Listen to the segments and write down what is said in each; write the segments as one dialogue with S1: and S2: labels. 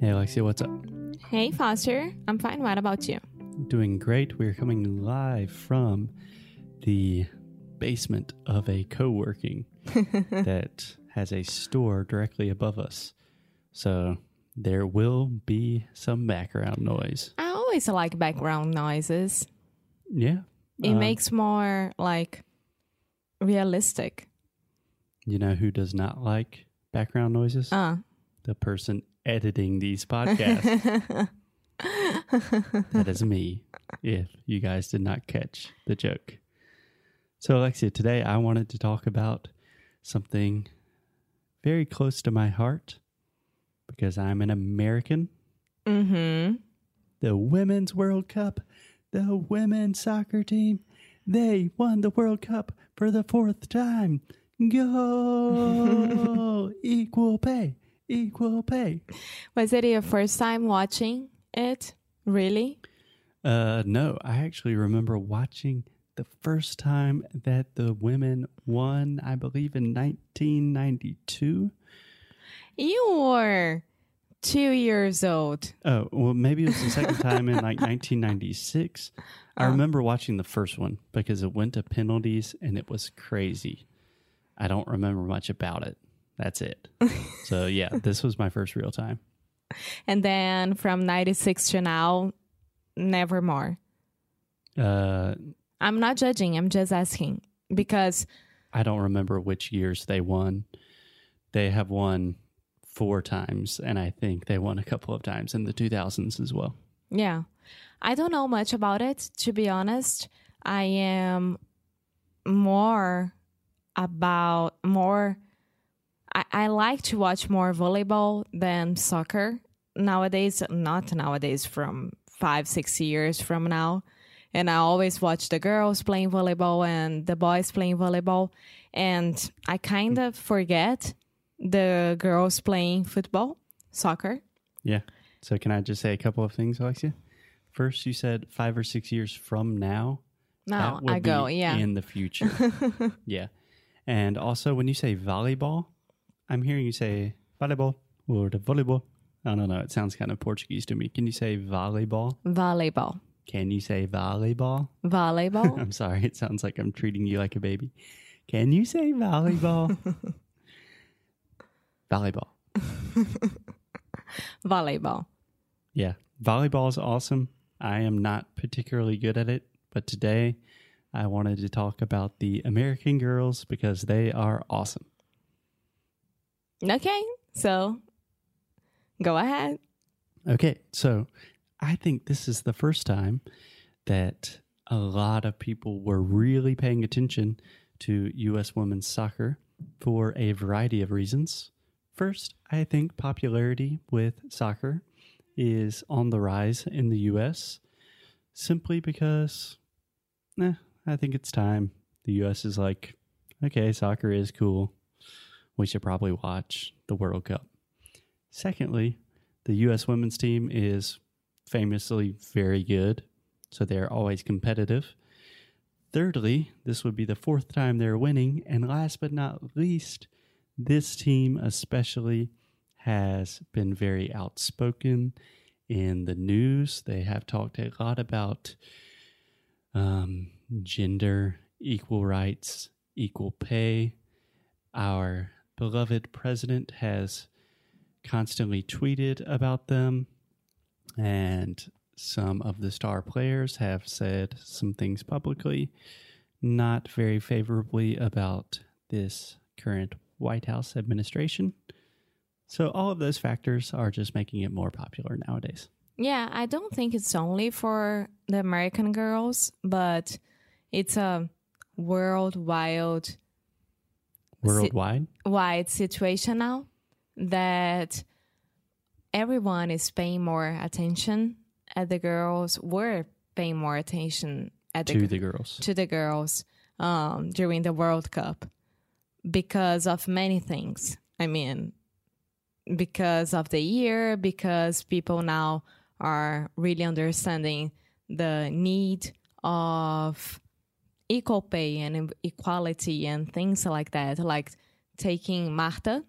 S1: Hey, Alexia, what's up?
S2: Hey, Foster. I'm fine. What about you?
S1: Doing great. We're coming live from the basement of a co working that has a store directly above us. So there will be some background noise.
S2: I always like background noises.
S1: Yeah.
S2: It
S1: um,
S2: makes more like realistic.
S1: You know who does not like background noises?
S2: Uh.
S1: the person editing these podcasts. that is me, if you guys did not catch the joke. So, Alexia, today I wanted to talk about something very close to my heart because I'm an American.
S2: mm-hmm.
S1: The Women's World Cup, the women's soccer team, they won the World Cup for the fourth time. Go! equal pay, equal pay.
S2: Was it your first time watching it? Really?
S1: Uh, no, I actually remember watching the first time that the women won, I believe in 1992.
S2: You were two years old.
S1: Oh, well, maybe it was the second time in like 1996. I remember watching the first one because it went to penalties and it was crazy. I don't remember much about it. That's it. so, yeah, this was my first real time.
S2: And then from 96 to now, never more.
S1: Uh,
S2: I'm not judging. I'm just asking. Because,
S1: I don't remember which years they won. They have won four times, and I think they won a couple of times in the 2000s as well.
S2: yeah, I don't know much about it, to be honest. I am more about more. I, I like to watch more volleyball than soccer nowadays, not nowadays, from five, six years from now. And I always watch the girls playing volleyball and the boys playing volleyball. And I kind of forget the girls playing football, soccer.
S1: Yeah. So, can I just say a couple of things, Alexia? First, you said five or six years from now.
S2: No,
S1: That would
S2: Oh, I go,
S1: be
S2: yeah.
S1: In the future. yeah. And also, when you say volleyball, I'm hearing you say volleyball or the volleyball. I don't know. It sounds kind of Portuguese to me. Can you say volleyball?
S2: volleyball.
S1: Can you say volleyball?
S2: Volleyball.
S1: I'm sorry. It sounds like I'm treating you like a baby. Can you say volleyball? volleyball.
S2: volleyball.
S1: Yeah. Volleyball is awesome. I am not particularly good at it, but today I wanted to talk about the American girls because they are awesome.
S2: Okay. So go ahead.
S1: Okay. So I think this is the first time that a lot of people were really paying attention to U.S. women's soccer for a variety of reasons. First, I think popularity with soccer is on the rise in the U.S. simply because, eh, I think it's time. The U.S. is like, okay, soccer is cool. We should probably watch the World Cup. Secondly, the U.S. women's team is famously very good, so they're always competitive. Thirdly, this would be the fourth time they're winning. And last but not least, this team especially has been very outspoken in the news. They have talked a lot about um, gender, equal rights, equal pay. Our beloved president has constantly tweeted about them, and some of the star players have said some things publicly not very favorably about this current White House administration. So, all of those factors are just making it more popular nowadays.
S2: Yeah, I don't think it's only for the American girls, but it's a worldwide
S1: Worldwide,
S2: wide situation now that everyone is paying more attention at the girls. We're paying more attention at the
S1: to the girls.
S2: to the girls um, during the World Cup because of many things. I mean, because of the year, because people now are really understanding the need of equal pay and equality and things like that. Like taking Marta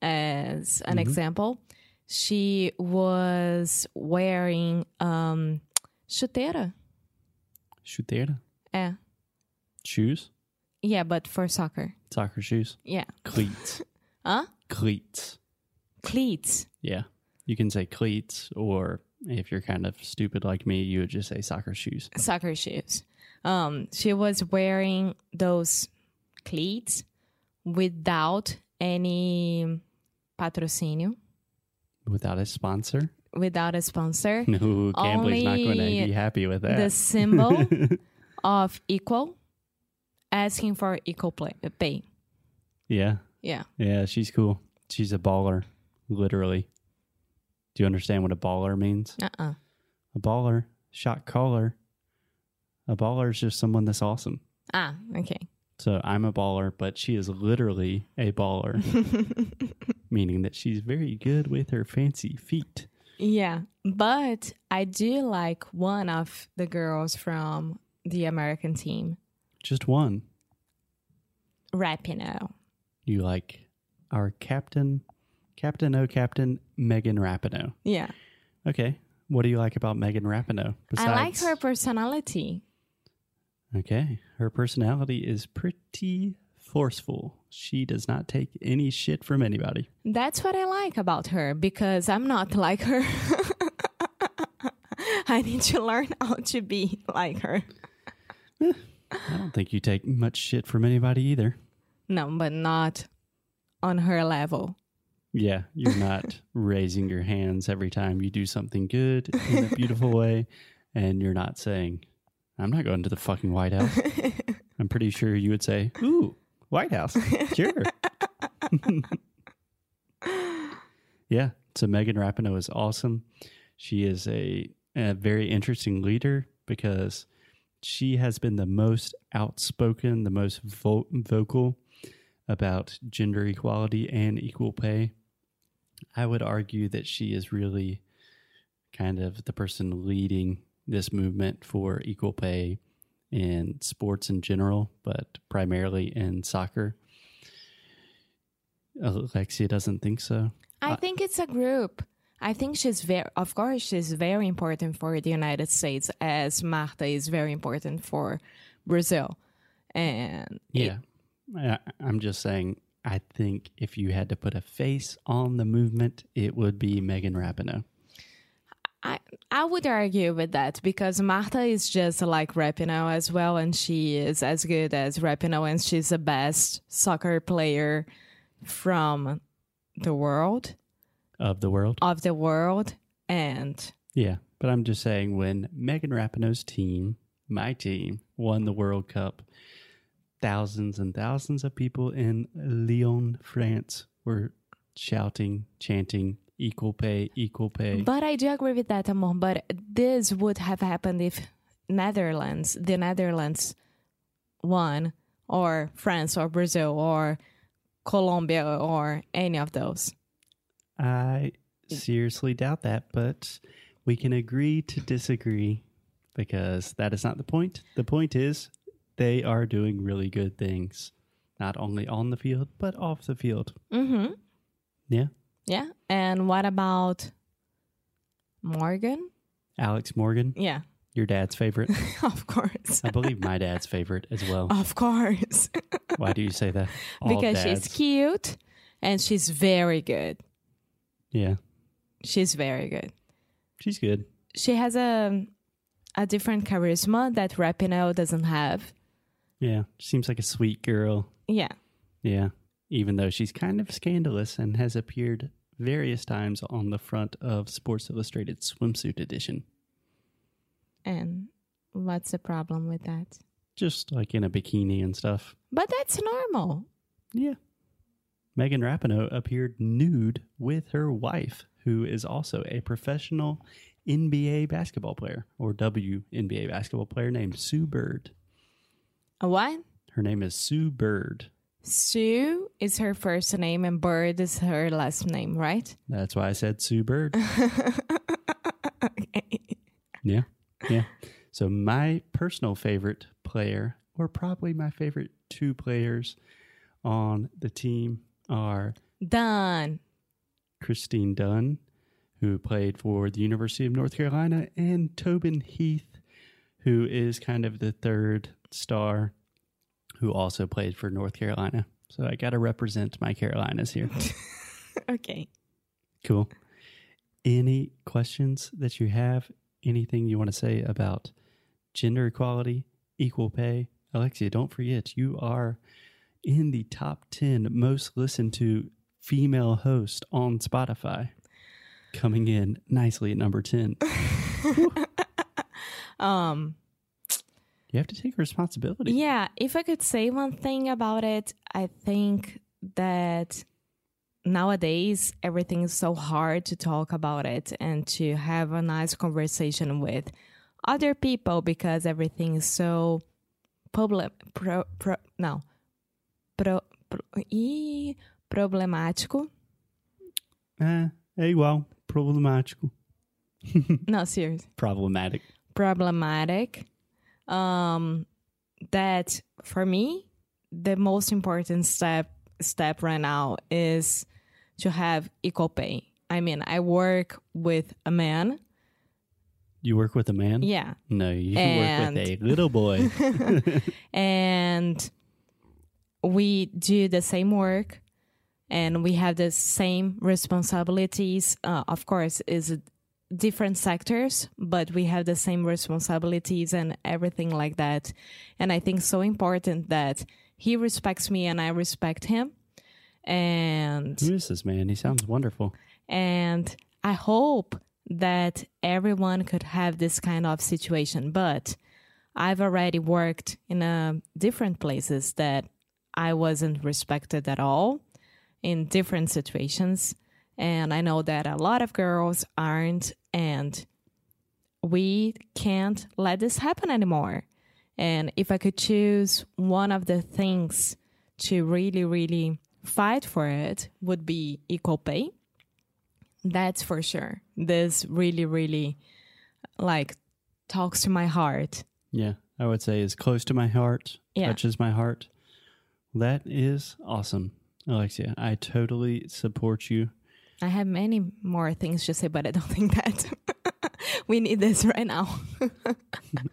S2: as an example, she was wearing um, chuteira.
S1: Chuteira.
S2: Yeah.
S1: Shoes.
S2: Yeah, but for soccer.
S1: Soccer shoes.
S2: Yeah.
S1: Cleats.
S2: Huh?
S1: Cleats.
S2: Cleats.
S1: Yeah. You can say cleats, or if you're kind of stupid like me, you would just say soccer shoes.
S2: Soccer shoes. Um, she was wearing those cleats without any patrocinio,
S1: Without a sponsor,
S2: without a sponsor.
S1: no, Cambly's not going to
S2: Only
S1: be happy with that.
S2: The symbol of equal, asking for equal play, uh, pay.
S1: yeah.
S2: Yeah.
S1: Yeah. She's cool. She's a baller, literally. Do you understand what a baller means?
S2: Uh uh
S1: A baller, shot caller. A baller is just someone that's awesome.
S2: Ah, okay.
S1: So I'm a baller, but she is literally a baller, meaning that she's very good with her fancy feet.
S2: Yeah, but I do like one of the girls from the American team,
S1: Just one.
S2: Rapinoe.
S1: You like our captain, Captain O Captain Megan Rapinoe.
S2: Yeah,
S1: Okay. What do you like about Megan Rapinoe?
S2: I like her personality.
S1: Okay. Her personality is pretty forceful. She does not take any shit from anybody.
S2: That's what I like about her because I'm not like her. I need to learn how to be like her.
S1: I don't think you take much shit from anybody either.
S2: No, but not on her level.
S1: Yeah, you're not raising your hands every time you do something good in a beautiful way, and you're not saying, I'm not going to the fucking White House. I'm pretty sure you would say, Ooh, White House. Sure. yeah, so Megan Rapinoe is awesome. She is a, a very interesting leader because she has been the most outspoken, the most vo- vocal about gender equality and equal pay. I would argue that she is really kind of the person leading this movement for equal pay in sports in general, but primarily in soccer. Alexia doesn't think so.
S2: I
S1: Uh,
S2: think it's a group. I think she's very, of course, she's very important for the United States, as Marta is very important for Brazil. And
S1: Yeah. I, I'm just saying, I think if you had to put a face on the movement, it would be Megan Rapinoe.
S2: I, I would argue with that because Marta is just like Rapinoe as well, and she is as good as Rapinoe, and she's the best soccer player from the world,
S1: Of the world.
S2: of the world. And
S1: Yeah, but I'm just saying when Megan Rapinoe's team, my team, won the World Cup, thousands and thousands of people in Lyon, France were shouting, chanting, equal pay, equal pay.
S2: But I do agree with that, Amor. But this would have happened if Netherlands, the Netherlands, won, or France, or Brazil, or Colombia, or any of those.
S1: I seriously doubt that, but we can agree to disagree because that is not the point. The point is they are doing really good things, not only on the field, but off the field.
S2: Mm-hmm.
S1: Yeah.
S2: Yeah. And what about Morgan?
S1: Alex Morgan,
S2: Yeah,
S1: your dad's favorite.
S2: of course.
S1: I believe my dad's favorite as well.
S2: Of course.
S1: Why do you say that? Oh. All
S2: because she's
S1: dads.
S2: cute and she's very good.
S1: Yeah,
S2: She's very good.
S1: she's good.
S2: she has a a different charisma that Rapinoe doesn't have.
S1: Yeah, she seems like a sweet girl.
S2: Yeah,
S1: Yeah, even though she's kind of scandalous and has appeared various times on the front of Sports Illustrated swimsuit edition,
S2: and what's the problem with that?
S1: just like in a bikini and stuff.
S2: But that's normal.
S1: Yeah. Megan Rapinoe appeared nude with her wife, who is also a professional NBA basketball player or WNBA basketball player named Sue Bird.
S2: A What?
S1: Her name is Sue Bird.
S2: Sue is her first name and Bird is her last name, right?
S1: That's why I said Sue Bird. Yeah. Yeah. So my personal favorite player, or probably my favorite two players on the team are
S2: Done.
S1: Christine Dunn who played for the University of North Carolina, and Tobin Heath, who is kind of the third star, who also played for North Carolina. So I got to represent my Carolinas here.
S2: okay.
S1: Cool. Any questions that you have? Anything you want to say about gender equality, equal pay? Alexia, don't forget, you are in the top 10 most listened to female host on Spotify, coming in nicely at number 10.
S2: Um,
S1: You have to take responsibility.
S2: yeah, if I could say one thing about it, I think that nowadays everything is so hard to talk about it and to have a nice conversation with other people because everything is so problem pro, pro no pro, pro e problemático.
S1: Eh, é igual. Problemático.
S2: No, serious.
S1: Problematic.
S2: problematic um that for me the most important step step right now is to have equal pay i mean i work with a man
S1: You work with a man?
S2: yeah
S1: No, you
S2: And-
S1: work with a little boy.
S2: and we do the same work and we have the same responsibilities uh, of course is different sectors but we have the same responsibilities and everything like that and i think so important that he respects me and i respect him and
S1: Who is this man? He sounds wonderful.
S2: and I hope that everyone could have this kind of situation. But I've already worked in uh, different places that I wasn't respected at all in different situations. And I know that a lot of girls aren't. And we can't let this happen anymore. And if I could choose one of the things to really, really fight for it, would be equal pay. That's for sure. This really, really like talks to my heart.
S1: Yeah, I would say is close to my heart,
S2: Yeah.
S1: touches my heart. That is awesome, Alexia. I totally support you.
S2: I have many more things to say, but I don't think that we need this right now.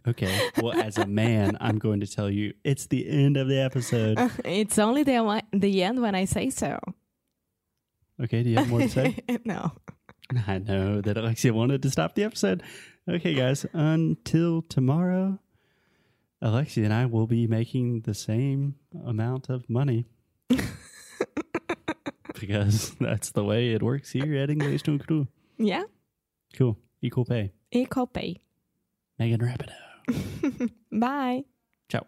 S1: Okay. Well, as a man, I'm going to tell you it's the end of the episode.
S2: it's only the one- the end when I say so.
S1: Okay. Do you have more to say?
S2: no.
S1: I know that Alexia wanted to stop the episode. Okay, guys. Until tomorrow, Alexia and I will be making the same amount of money. because that's the way it works here at English to Crew.
S2: Yeah.
S1: Cool. Equal pay.
S2: Equal pay.
S1: Megan Rapido.
S2: Bye.
S1: Ciao.